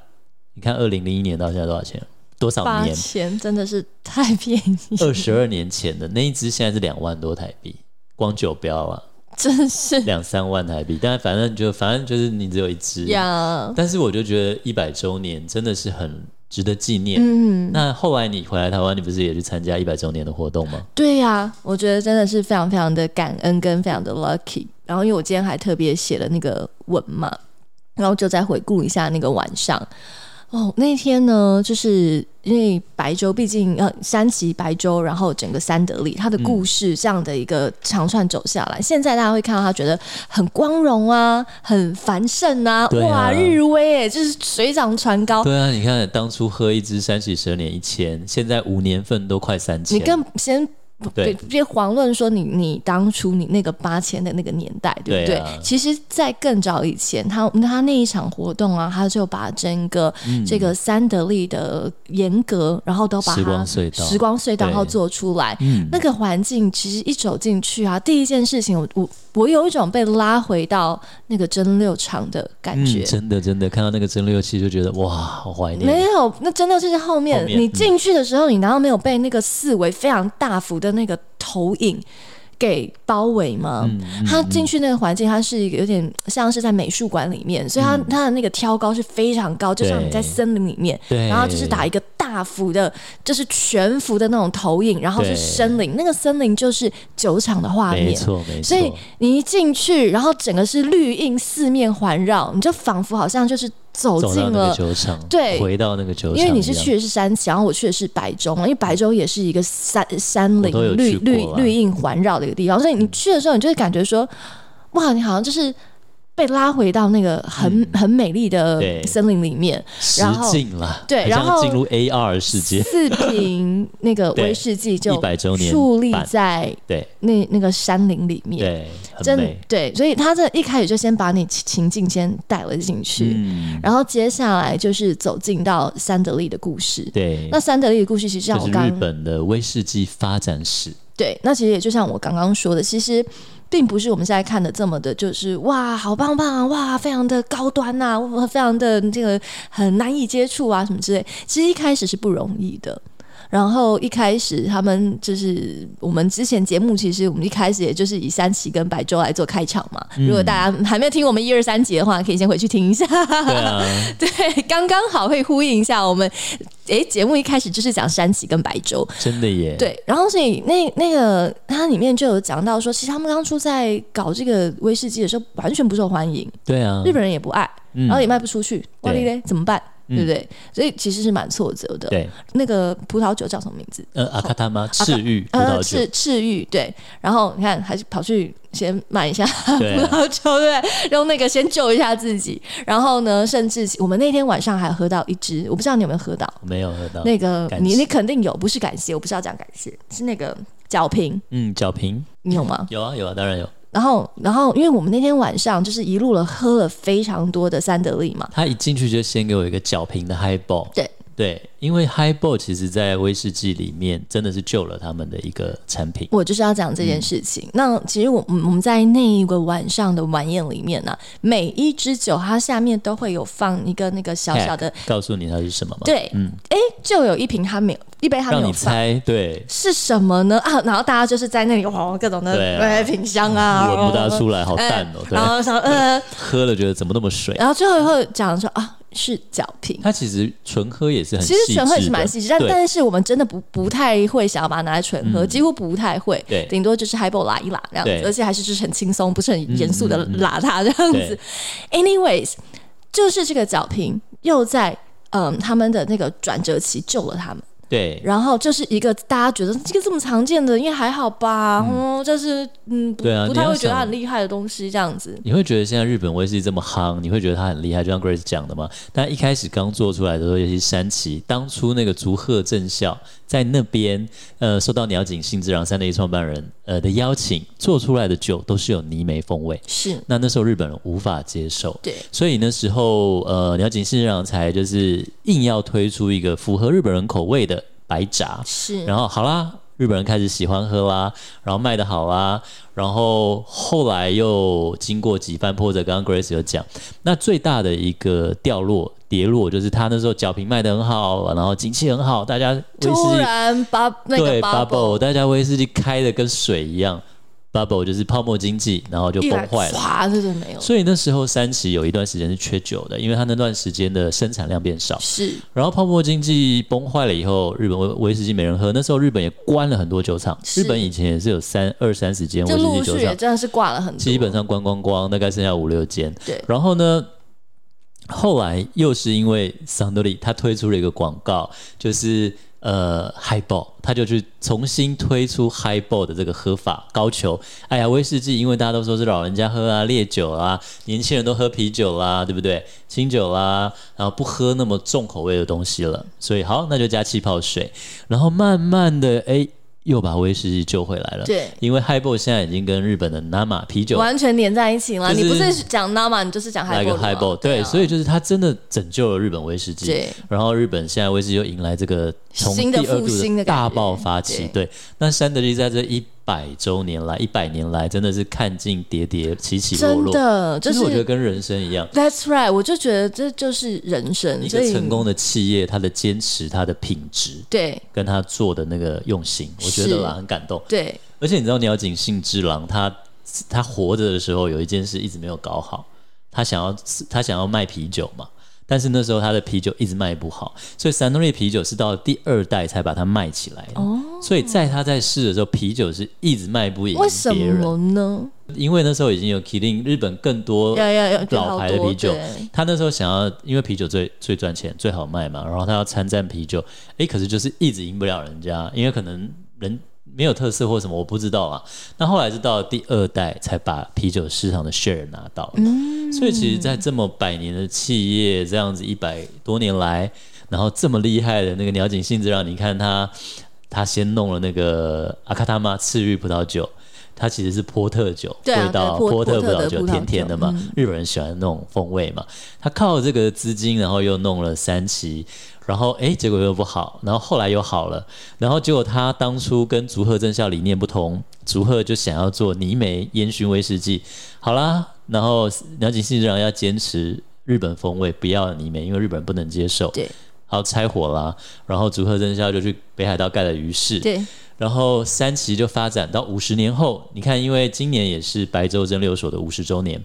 A: 你看二零零一年到现在多少钱？多少
B: 八
A: 年？
B: 千真的是太便宜，
A: 二十二年前的那一只现在是两万多台币，光酒标啊，
B: 真是
A: 两三万台币。但反正就反正就是你只有一只，
B: 呀。
A: 但是我就觉得一百周年真的是很值得纪念。
B: 嗯，
A: 那后来你回来台湾，你不是也去参加一百周年的活动吗？
B: 对呀、我觉得真的是非常非常的感恩跟非常的 lucky。然后因为我今天还特别写了那个文嘛，然后就再回顾一下那个晚上。哦，那天呢，就是因为白粥，毕竟呃山崎白粥，然后整个三得利，它的
A: 嗯
B: 故事这样的一个长串走下来，现在大家会看到它觉得很光荣啊，很繁盛啊，
A: 对啊
B: 哇，日威哎，就是水涨船高。
A: 对啊，你看当初喝一支三喜蛇年一千，现在五年份都快三千，
B: 你更先不
A: 对
B: 别别遑论说你你当初你那个八千的那个年代，对不
A: 对
B: 对？
A: 啊
B: 其实，在更早以前，他他那一场活动啊，他就把整个这个三得利的严格，然后都把它
A: 嗯时光隧道
B: 时光隧道
A: 对嗯
B: 号做出来。那个环境其实一走进去啊，第一件事情我，我我有一种被拉回到那个蒸馏厂的感觉。
A: 嗯，真的真的看到那个蒸馏器就觉得哇，好怀
B: 没
A: 念。
B: 有，那蒸馏器是后面，
A: 后面嗯
B: 你进去的时候，你难道没有被那个四维非常大幅的那个投影？给包围吗？
A: 嗯嗯
B: 他进去那个环境，它是一个有点像是在美术馆里面，所以
A: 嗯
B: 它它的那个挑高是非常高，就像你在森林里面，
A: 对，
B: 然后就是打一个大幅的，就是全幅的那种投影，然后是
A: 对
B: 森林，那个森林就是酒厂的画
A: 没
B: 面。
A: 错没错，
B: 所以你一进去，然后整个是绿荫四面环绕，你就仿佛好像就是走
A: 走
B: 进
A: 到那
B: 了
A: 个球场，
B: 对
A: 回到那个球场一
B: 因
A: 样，
B: 为你是去的是山崎，然后我去的是白州嘛，因为白州也是一个山山
A: 我都有
B: 林绿
A: 去过啊嗯
B: 绿
A: 啦
B: 绿荫环绕的一个地方，所以你去的时候，你就会感觉说，哇，你好像就是被拉回到那个很、很美丽的
A: 嗯对
B: 森林里面。
A: 实
B: 然后
A: 境了，
B: 对
A: 很
B: 然
A: 像
B: 后
A: 进入 AR 世界，
B: 四瓶那个威士忌就
A: 100周年
B: 矗立
A: 版
B: 在
A: 对
B: 那那个山林里面。
A: 对，很
B: 真
A: 美，
B: 对，所以他这一开始就先把你情情境先带了进去，
A: 嗯，
B: 然后接下来就是走进到三得利的故事。
A: 对
B: 那，三得利的故事其实像
A: 这
B: 我
A: 是
B: 刚
A: 日本的威士忌发展
B: *laughs*
A: 史，
B: 对，那其实也就像我刚刚说的，其实并不是我们现在看的这么的，就是哇，好棒棒啊，哇，非常的高端呐、哇非常的这个很难以接触啊，什么之类。其实一开始是不容易的。然后一开始他们就是我们之前节目，其实我们一开始也就是以三旗跟白粥来做开场嘛。如果大家还没有听我们一二三集的话，可 *laughs* 以先回去听一下。
A: 对啊，
B: 对，刚刚好会呼应一下我们。诶，节目一开始就是讲山崎跟白粥，
A: 真的耶，
B: 对，然后所以那那个它里面就有讲到说，其实他们当初在搞这个威士忌的时候，完全不受欢迎，
A: 对啊，
B: 日本人也不爱，哦
A: 嗯
B: 然后也卖不出去，哇
A: 对
B: 哩嘞，怎么办？
A: 嗯
B: 对不对？所以其实是蛮挫折的。
A: 对，
B: 那个葡萄酒叫什么名字？
A: 呃，阿卡他吗？赤玉葡萄
B: 呃，
A: 酒，
B: 赤赤玉对。然后你看，还是跑去先买一下 *laughs* 葡
A: 对啊
B: 萄酒，对不对，用那个先救一下自己。然后呢，甚至我们那天晚上还喝到一支，我不知道你有没有喝到
A: 没有喝到，
B: 那个，
A: 哦感
B: 你
A: 谢
B: 你肯定有，不是感谢，我不是要讲感谢，是那个角瓶，
A: 嗯，角瓶
B: 你有吗？
A: 有啊有啊，当然有，
B: 然后，然后，因为我们那天晚上就是一路了喝了非常多的三得利嘛，
A: 他一进去就先给我一个角瓶的 high ball，
B: 对
A: 对，因为 high ball 其实在威士忌里面真的是救了他们的一个产品，
B: 我就是要讲
A: 嗯
B: 这件事情。那其实我嗯我们在那一个晚上的晚宴里面呢、每一支酒它下面都会有放一个那个小小的，
A: 告诉你它是什么吗？，
B: 对，
A: 嗯，
B: 就有一瓶它没有，一杯它没
A: 让
B: 有
A: 你
B: 放。
A: 猜，对，
B: 是什么呢？啊，然后大家就是在那里哇，各种的
A: 对啊
B: 呃品香啊，
A: 闻不大出来，好
B: 哎
A: 淡哦，对
B: 然，后想呃，
A: 喝了觉得怎么那么水？
B: 然后最后会讲说啊，是角瓶。
A: 它其实纯喝也是很细
B: 其
A: 致的，
B: 实纯喝也是蛮细致，但
A: 对嗯
B: 但是我们真的不不太会想要把它拿来纯喝，几乎不太会，
A: 对
B: 顶多就是 highball 拉一拉这样
A: 对嗯
B: 子，而且还是就是很轻松，不是很严肃的拉它这样子。Anyways，就是这个角瓶又在嗯他们的那个转折期救了他们。
A: 对
B: 然后就是一个大家觉得这个这么常见的，因为还好吧，嗯，就是嗯不
A: 对啊
B: 不
A: 你
B: 太
A: 要
B: 会觉得它
A: 想
B: 很厉害的东西这样子。
A: 你会觉得现在日本威士忌这么夯，你会觉得它很厉害，就像 Grace 讲的嘛。但一开始刚做出来的时候，尤其是山崎，当初那个竹鹤正孝在那边，呃，受到鸟井幸之郎三内创办人呃的邀请，做出来的酒都是有泥煤风味。
B: 是，
A: 那那时候日本人无法接受，
B: 对，
A: 所以那时候呃鸟井幸之郎才就是硬要推出一个符合日本人口味的白茶，
B: 是，
A: 然后好啦，日本人开始喜欢喝啦，然后卖的好啦，然后后来又经过几番波折，刚刚 Grace 有讲，那最大的一个掉落跌落就是他那时候角瓶卖的很好，然后景气很好，大家威士
B: 突
A: 忌
B: 然把那个
A: 对
B: bubble
A: 大家威士忌开的跟水一样，bubble 就是泡沫经济，然后就
B: 一
A: 崩
B: 来
A: 坏了。
B: 唰，这就没有了，
A: 所以那时候三崎有一段时间是缺酒的，因为它那段时间的生产量变少，
B: 是。
A: 然后泡沫经济崩坏了以后，日本威威士忌没人喝。那时候日本也关了很多酒厂，
B: 是
A: 日本以前也是有三二三十间威
B: 就
A: 士忌
B: 陆
A: 酒
B: 续也
A: 厂，
B: 真的是挂了很多，
A: 基本上关光光，大概剩下五六间。
B: 对
A: 然后呢，后来又是因为桑德利他推出了一个广告，就是呃 highball，他就去重新推出 highball 的这个喝法高球。哎呀，威士忌因为大家都说是老人家喝啊，烈酒啊，年轻人都喝啤酒啦、对不对？清酒啦、然后不喝那么重口味的东西了，所以好，那就加气泡水，然后慢慢的哎。又把威士忌救回来了，
B: 对
A: 因为 highball 现在已经跟日本的 Nama 啤酒
B: 完全连在一起了。
A: 就是
B: 你不是讲 Nama，你就是讲
A: 来
B: Highball，
A: 个
B: 的嘛
A: highball，对，
B: 啊
A: 所以就是他真的拯救了日本威士忌
B: 对，
A: 然后日本现在威士忌又迎来这个从
B: 新
A: 第
B: 的
A: 二
B: 复兴
A: 度
B: 的感觉
A: 大爆发期，对，那山德利在这一百周年来，一百年来，真的是看尽跌跌起起落
B: 真
A: 落。
B: 的就
A: 其
B: 是
A: 实我觉得跟人生一样，
B: That's right，我就觉得这就是人生，
A: 一
B: 所
A: 个
B: 以
A: 成功的企业，它的坚持、它的品质，
B: 对
A: 跟他做的那个用心，我觉得啦
B: 是
A: 很感动。
B: 对
A: 而且你知道鸟井幸之郎，他他活着的时候有一件事一直没有搞好，他想要他想要卖啤酒嘛，但是那时候他的啤酒一直卖不好，所以三得利啤酒是到第二代才把它卖起来的。
B: 哦，
A: 所以在他在试的时候，啤酒是一直卖不赢
B: 为什
A: 别人，
B: 么呢？
A: 因为那时候已经有 Kirin 日本更多
B: 要要要
A: 老牌的啤酒
B: 对，
A: 他那时候想要，因为啤酒最最赚钱、最好卖嘛，然后他要参战啤酒，诶，可是就是一直赢不了人家，因为可能人没有特色或什么，我不知道啊。那后来是到了第二代才把啤酒市场的 share 拿到，
B: 嗯
A: 所以其实，在这么百年的企业这样子一百多年来，然后这么厉害的那个鸟井幸之让你看他，他先弄了那个阿卡塔玛赤玉葡萄酒。它其实是波特酒，
B: 对啊
A: 味道
B: 对波
A: 波特葡
B: 波特
A: 萄
B: 的
A: 酒
B: 葡萄
A: 甜甜
B: 酒
A: 的嘛，日本人喜欢那种风味嘛。他靠这个资金，然后又弄了三期，然后诶，结果又不好，然后后来又好了，然后结果他当初跟竹鹤正孝理念不同，竹鹤就想要做泥煤烟熏威士忌，好啦，然后鸟井信之郎要坚持日本风味，不要泥煤，因为日本人不能接受，
B: 对
A: 好拆伙啦，然后竹鹤正孝就去北海道盖了鱼市，
B: 对
A: 然后三期就发展到五十年后，你看，因为今年也是白州蒸馏所的五十周年，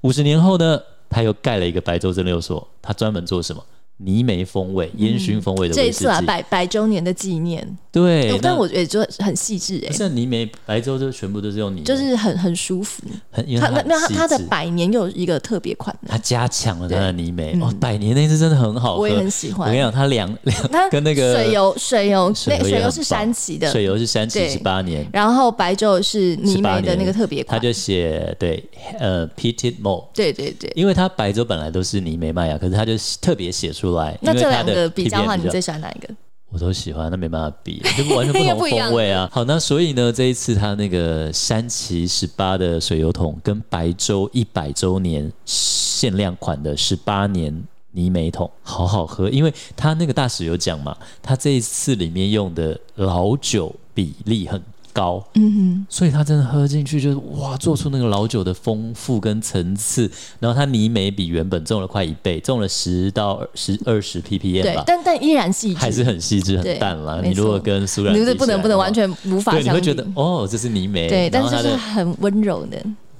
A: 五十年后呢，他又盖了一个白州蒸馏所，他专门做什么？泥煤风味、烟熏风味的
B: 这
A: 威
B: 一
A: 士忌。
B: 次啊百百周年的纪念，
A: 对，哎
B: 哦
A: 那
B: 但我觉得就很细致哎，
A: 像泥煤、白州就全部都是用泥煤，
B: 就是很很舒服。
A: 很因为
B: 它
A: 它
B: 那没有它
A: 很
B: 它的
A: 细致
B: 百年又有一个特别款的，
A: 它加强了它的泥煤、
B: 对嗯
A: 哦，百年那次真的很好喝，
B: 我也很喜
A: 我跟你讲，
B: 欢。
A: 它 *laughs* 两两
B: 它
A: 跟那个
B: 水油水油
A: 水
B: 那
A: 油也
B: 水油
A: 很
B: 是
A: 棒
B: 山崎的，
A: 水油是三七
B: 对
A: 十八年，
B: 然后白酒是泥煤的那个特别
A: 他
B: 款，
A: 就写对呃 Petit m o l
B: 对对对。
A: 因为它白酒本来都是泥煤麦芽，可是它就特别写出来。
B: 那
A: 因为它
B: 这两
A: 的
B: 个比较的话，
A: PPM
B: 你最喜欢哪一个？
A: 我都喜欢，那没办法
B: *laughs*
A: 比，就完全
B: 又
A: 不
B: 不
A: 同
B: 一样
A: 风味啊。好，那所以呢，这一次它那个山崎十八的水油桶跟白州一百周年限量款的十八年。泥煤桶好好喝，因为它那个大使有讲嘛，它这一次里面用的老酒比例很高，
B: 嗯
A: 所以它真的喝进去就是哇，做出那个老酒的丰富跟层次。然后它泥煤比原本重了快一倍，重了十到十二十
B: 哼，
A: ppm
B: 对
A: 吧，，
B: 但但依然细致，
A: 还是很细致
B: 对
A: 很淡啦。
B: 没
A: 你如果
B: 错
A: 跟苏然
B: 你
A: 比起来
B: 就是
A: 的话，
B: 不能不能完全无法
A: 哦对，你
B: 相
A: 会觉
B: 比。
A: 得哦，这是泥煤，
B: 对，但
A: 然后它
B: 是就是
A: 的哎
B: 很温柔的，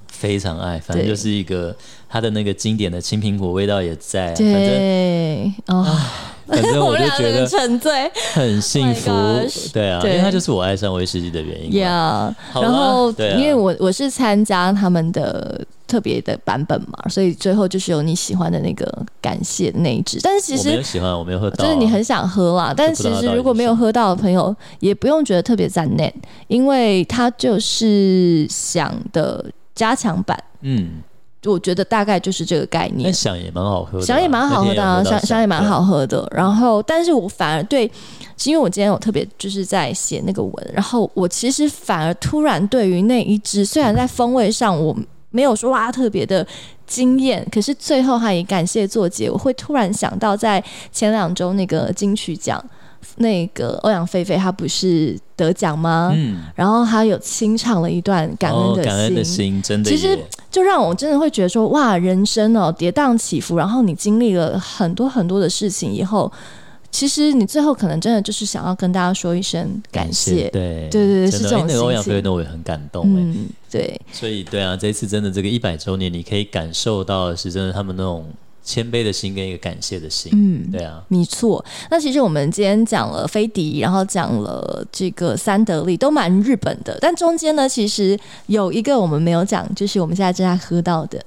A: 非常爱，反正
B: 对
A: 就是一个它的那个经典的青苹果味道也在，反正
B: 对，哦，
A: 反正
B: *laughs* 我
A: 我
B: 们
A: 就
B: 俩
A: 觉
B: 真的
A: 得
B: 沉醉
A: *laughs* 很幸
B: Oh
A: 福
B: my gosh，，
A: 对啊，因为
B: 对
A: 它就是我爱上威士忌的原因嘛。
B: 呀。
A: 好啦
B: 然后，
A: 对啊
B: 因为我我是参加他们的特别的版本嘛，所以最后就是有你喜欢的那个感谢的那一支。但是其
A: 我
B: 实
A: 没有喜欢，我没有喝到
B: 就
A: 啊，
B: 是你很想喝啦，但
A: 不知道
B: 其
A: 它
B: 实
A: 到底
B: 如果
A: 是
B: 没
A: 什
B: 有喝到的朋友，也不用觉得特别赞念，因为它就是想的加强版，
A: 嗯，
B: 我觉得大概就是这个概
A: 但
B: 念。
A: 想也蛮好喝的啊，
B: 想也蛮好喝的、啊，
A: 那天有喝
B: 想
A: 到
B: 想也蛮
A: 对啊
B: 好喝的。然后，但是我反而对，是因为我今天有特别就是在写那个文，然后我其实反而突然对于那一支，虽然在风味上我没有说哇特别的惊艳，可是最后还也感谢作姐，我会突然想到在前两周那个金曲奖，那个欧阳菲菲她不是得奖吗？
A: 嗯，
B: 然后她有清唱了一段啊感恩的
A: 哦、
B: 心，
A: 感恩的心，真的
B: 其实
A: 耶
B: 就让我真的会觉得说，哇，人生哦跌宕起伏，然后你经历了很多很多的事情以后，其实你最后可能真的就是想要跟大家说一声感谢。
A: 对
B: 对对
A: 真
B: 对是
A: 的
B: 这种
A: 哎那个欧阳
B: 心情
A: 菲菲，那我也很感动哎、
B: 嗯，对，
A: 所以对啊，这一次真的这个一百周年，你可以感受到的是真的他们那种谦卑的心跟一个感谢的心，
B: 嗯。
A: 对啊，
B: 没错，那其实我们今天讲了飞迪，然后讲了这个三得利，都蛮日本的。但中间呢，其实有一个我们没有讲，就是我们现在正在喝到的，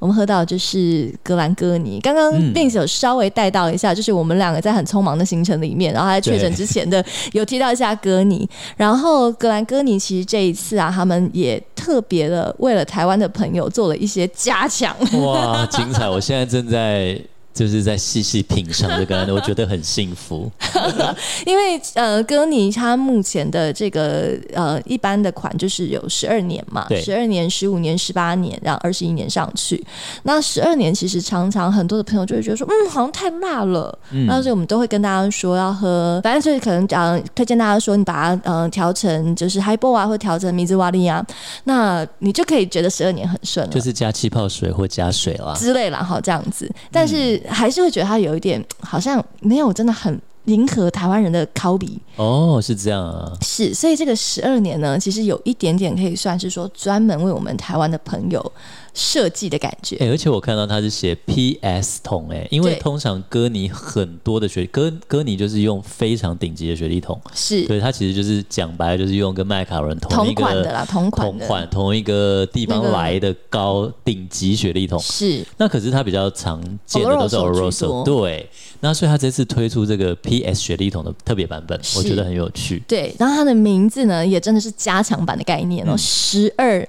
B: 我们喝到的就是格兰哥尼。刚刚
A: 嗯
B: 并且有稍微带到一下，就是我们两个在很匆忙的行程里面，然后在确诊
A: 对
B: 之前的有提到一下哥尼。然后格兰哥尼其实这一次啊，他们也特别的为了台湾的朋友做了一些加强。
A: 哇，精彩！我现在正在。就是在细细品尝这个，我觉得很幸
B: *laughs*
A: 福。
B: 因为呃，歌尼它目前的这个呃一般的款就是有十二年嘛，
A: 对
B: 十二年、十五年、十八年，然后二十一年上去。那十二年其实常常很多的朋友就会觉得说，嗯，好像太辣了。
A: 嗯
B: 那所以我们都会跟大家说要喝，反正就是可能呃推荐大家说你把它呃调成就是 highball 啊，或调成米兹瓦利啊，那你就可以觉得十二年很顺了。
A: 就是加气泡水或加水啦。
B: 之类啦，好这样子，
A: 嗯
B: 但是还是会觉得它有一点好像没有真的很迎合台湾人的口鼻，
A: 哦，是这样啊。
B: 是，所以这个十二年呢，其实有一点点可以算是说专门为我们台湾的朋友设计的感觉，
A: 哎、而且我看到他是写 P.S. 桶哎、因为
B: 对
A: 通常歌尼很多的学歌歌尼就是用非常顶级的学历桶，
B: 是
A: 对，它其实就是讲白了就是用跟麦卡伦
B: 同
A: 一
B: 款
A: 个
B: 的啦，同款
A: 同
B: 的，
A: 款同一个地
B: 那
A: 方
B: 个
A: 来的高顶级雪莉桶。
B: 是
A: 那可是它比较常见的都是
B: Oloroso 居
A: Oloroso，
B: 多
A: 对。那所以它这次推出这个 PS 雪莉桶的特别版本，
B: 是
A: 我觉得很有
B: *laughs*
A: 趣。
B: 对，然后它的名字呢，也真的是加强版的概念哦，十二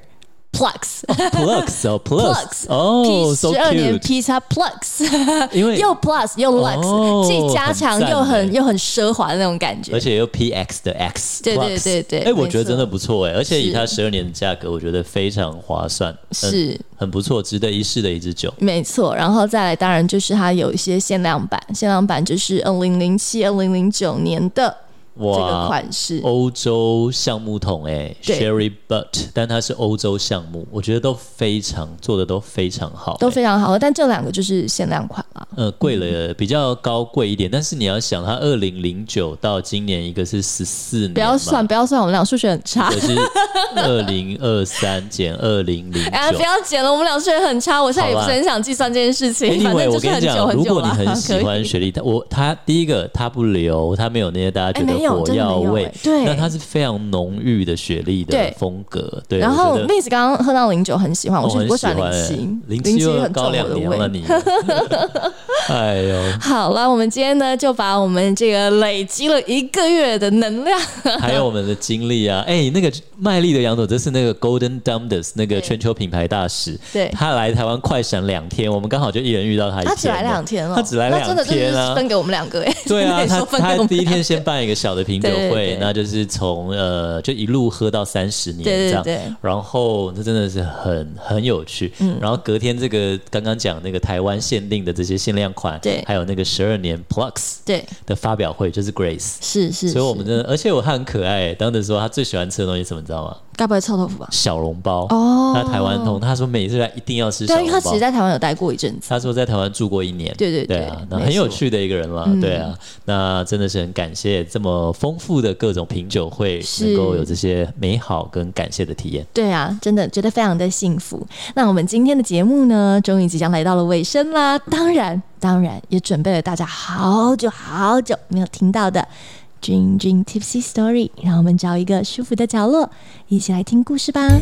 B: plus
A: Plus 嗯 *laughs* 哦
B: Plus，
A: Plus 哦
B: P
A: ，so
B: 十二年
A: cute，
B: 披萨 plus。
A: *laughs* 因为
B: *laughs* 又 plus 又 lux，、
A: 哦
B: 既加强
A: 很赞
B: 又很
A: 欸
B: 又很奢华的那种感觉
A: 而。且又 PX 的 X，
B: 对
A: Plus
B: 对对对
A: 哎，我觉得
B: 没错
A: 真的不错哎，而且以
B: 是
A: 它十二年的价格，我觉得非常划算，嗯
B: 是
A: 很不错，值得一试的一支酒。
B: 没错，然后再来，当然就是它有一些限量版，限量版就是二零零七、二零零九年的这个
A: 哇，哦
B: 款式，
A: 欧洲橡木桶哎、s
B: 对
A: h e r r y Butt，但它是欧洲橡木，我觉得都非常做的都非常好、
B: 都
A: 哎
B: 非常好喝。但这两个就是限量款啦，
A: 呃贵了比较高贵一点，但是你要想，它二零零九到今年一个是十四年嘛，
B: 不要算，不要算，我们俩数学很差。
A: 可是二零二三减二零零
B: *laughs* 哎，
A: 九
B: 不。要剪了，我们俩数学很差。我现在也不是很想计算这件事情，反
A: Anyway，
B: 正就
A: 我
B: 是
A: 跟
B: 很
A: 你
B: 久
A: 讲，
B: 很
A: 如
B: 久
A: 果你
B: 啦。
A: 很喜
B: *laughs* 可以
A: 欢雪莉，它我它第一个它不流，它没有那些大家觉
B: 哎
A: 得
B: 没有
A: 火
B: 真的
A: 药
B: 没有
A: 味
B: 哎，对
A: 那它是非常浓郁的雪莉的
B: 对
A: 风格，对，
B: 然
A: 我
B: 后
A: 觉得
B: Miss 刚刚喝到零九哦很喜欢，我
A: 我
B: 是
A: 很
B: 我喜
A: 喜
B: 欢
A: 欢
B: 零
A: 欸
B: 七，
A: 零
B: 零
A: 七又
B: 很重
A: 高
B: 我
A: 两
B: 的
A: 年
B: 胃
A: 了。你， *laughs* 哎呦，
B: 好了，我们今天呢就把我们这个累积了一个月的能量，
A: 还有我们的经历啊，哎、那个卖力的杨总，这是那个 Golden Dumdes 那个全球品牌大使，
B: 对
A: 他来台湾快闪两天，我们刚好就一人遇到他一天，
B: 他只来两天了，哦
A: 他只来两
B: 那真的
A: 天
B: 就是
A: 啊。
B: 分给我们两个哎、欸，
A: 对
B: *laughs*
A: 啊，
B: 真的
A: 他
B: 说分给我
A: 他
B: 们
A: 第一
B: 两
A: 天
B: 个
A: 先办一个小的品酒
B: 对对
A: 会
B: 对，
A: 那就是从呃就一路喝到三十年
B: 对
A: 这
B: 对
A: 样，
B: 对，
A: 然后这真的是很很有趣。
B: 嗯
A: 然后隔天这个刚刚讲那个台湾限定的这些限量款，
B: 对
A: 还有那个十二年 Plus
B: 对，
A: 的发表会就是 Grace，
B: 是是，
A: 所以我们
B: 是
A: 真的，而且我他很可爱。当时说他最喜欢吃的东西是什么，你知道吗？
B: 该不会臭豆腐吧？
A: 小笼包。
B: 哦
A: 他台湾通，他说每次来一定要吃
B: 对
A: 小
B: 啊，因为
A: 笼
B: 他其
A: 包
B: 实。在台湾有待过一阵子，
A: 他说在台湾住过一年，
B: 对对对
A: 对啊，那
B: 没
A: 很有
B: 错嗯
A: 趣的一个人啦，对啊，那真的是很感谢这么丰富的各种品酒会，
B: 是
A: 能够有这些美好跟感谢的体验。
B: 对啊，真的觉得非常的幸福。那我们今天的节目呢，终于即将来到了尾声啦。当然，当然也准备了大家好久好久没有听到的 Dream Dream Tipsy Story，让我们找一个舒服的角落，一起来听故事吧。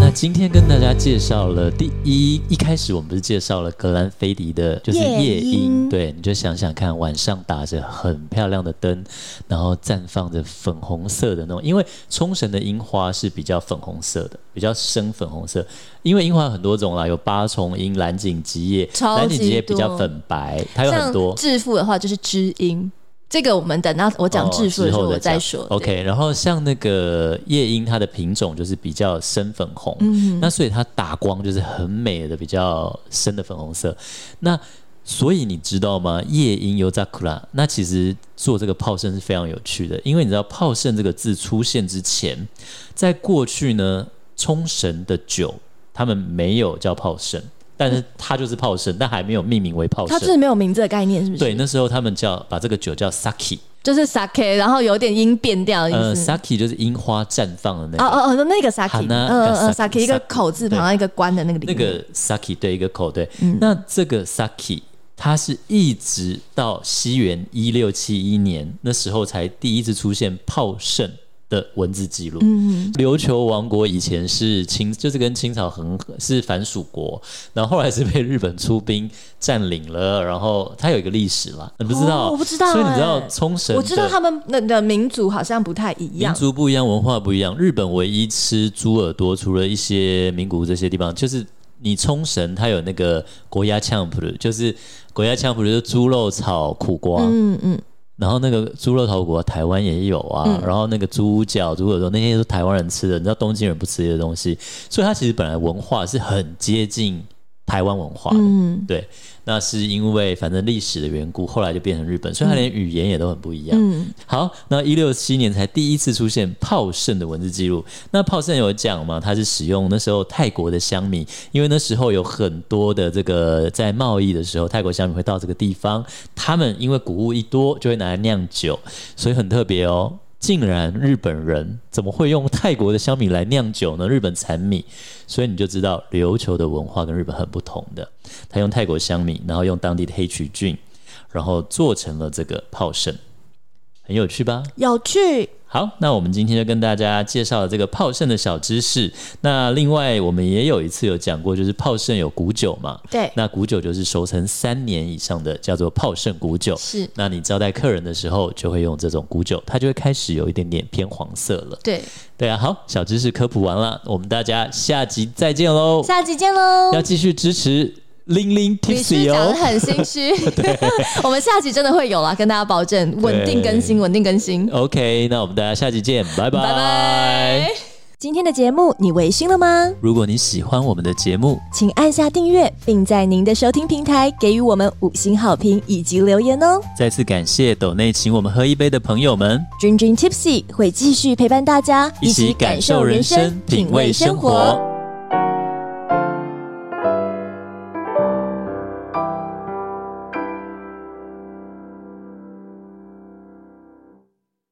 A: 那今天跟大家介绍了第一，一开始我们不是介绍了格兰菲迪的，就是
B: 夜
A: 夜
B: 莺
A: 莺，对，你就想想看，晚上打着很漂亮的灯，然后绽放着粉红色的那种，因为冲绳的樱花是比较粉红色的，比较深粉红色，因为樱花有很多种啦，有八重樱、蓝颈吉叶，
B: 超级
A: 蓝颈吉叶比较
B: 多
A: 粉白，它有
B: 像
A: 很多。
B: 致富的话就是知音，这个我们等到我讲
A: 哦
B: 致富的
A: 之
B: 时候
A: 后
B: 我再
A: 讲
B: 说。对
A: OK，然后像那个夜莺，它的品种就是比较深粉红，
B: 嗯
A: 那所以它打光就是很美的比较深的粉红色。那所以你知道吗？夜莺尤扎库拉，那其实做这个炮盛是非常有趣的，因为你知道“炮盛”这个字出现之前，在过去呢，冲绳的酒他们没有叫炮盛，但是它就是炮盛，但还没有命名为炮
B: 它
A: 盛
B: 就。是没有名字的概念，是不是？
A: 对，，那时候他们叫把这个酒叫 saki，
B: 就是 sake，然后有点音变调的
A: 呃
B: 意思。
A: ，saki 就是樱花绽放的那个，
B: 哎哦哦哦，那个 sake，嗯
A: Hana
B: 嗯
A: Sake-
B: 嗯，sake 一个
A: Sake，
B: 口字旁，
A: 对
B: 然后一个关的那个里
A: 那
B: 面。
A: 个 saki 对一个口对。
B: 嗯
A: 那这个 saki 它是一直到西元一六七一年那时候才第一次出现炮盛。的文字记录，
B: 嗯
A: 琉球王国以前是清，就是跟清朝很是藩属国，然后后来是被日本出兵占领了，然后它有一个历史啦，你不知道？
B: 哦我不知道
A: 所以你知道
B: 欸
A: 冲绳的，
B: 我知道他们的的民族好像不太一
A: 民
B: 样，
A: 族不一样，文化不一样。日本唯一吃猪耳朵，除了一些名古屋这些地方，就是你冲绳它有那个国家呛普鲁，就是国家呛普鲁就是猪肉炒苦瓜，
B: 嗯嗯，
A: 然后那个猪肉炒苦瓜台湾也有啊，
B: 嗯
A: 然后那个猪脚、猪耳朵那些都是台湾人吃的，你知道东京人不吃这些东西，所以它其实本来文化是很接近台湾文化的。
B: 嗯
A: 对，那是因为反正历史的缘故，后来就变成日本，所以它连语言也都很不一样。
B: 嗯
A: 好，那一六七年才第一次出现炮盛的文字记录。那炮盛有讲嘛，它是使用那时候泰国的乡民，因为那时候有很多的这个在贸易的时候，泰国乡民会到这个地方，他们因为谷物一多，就会拿来酿酒，所以很特别哦。竟然日本人怎么会用泰国的香米来酿酒呢？日本产米，所以你就知道琉球的文化跟日本很不同的。他用泰国香米，然后用当地的黑曲菌，然后做成了这个泡盛。很有趣吧？
B: 有趣，
A: 好，那我们今天就跟大家介绍了这个泡盛的小知识。那另外，我们也有一次有讲过，就是泡盛有古酒嘛，
B: 对，
A: 那古酒就是熟成三年以上的，叫做泡盛古酒。
B: 是，
A: 那你招待客人的时候，就会用这种古酒，它就会开始有一点点偏黄色了。
B: 对，
A: 对啊，好，小知识科普完了，我们大家下集再见喽！
B: 下集见喽。
A: 要继续支持零零
B: 你是
A: Tipsy
B: 讲
A: 哦
B: 的。很心虚，
A: *laughs*
B: *laughs* 我们下集真的会有啦，跟大家保证，稳定更新，稳定更新，
A: OK，那我们大家下集见，拜
B: 拜拜。今天的节目你微醺了吗？
A: 如果你喜欢我们的节目，
B: 请按下订阅，并在您的收听平台给予我们五星好评以及留言哦。
A: 再次感谢斗内请我们喝一杯的朋友们，
B: 君君 Tipsy 会继续陪伴大家，
A: 一起感受人生，品味生活。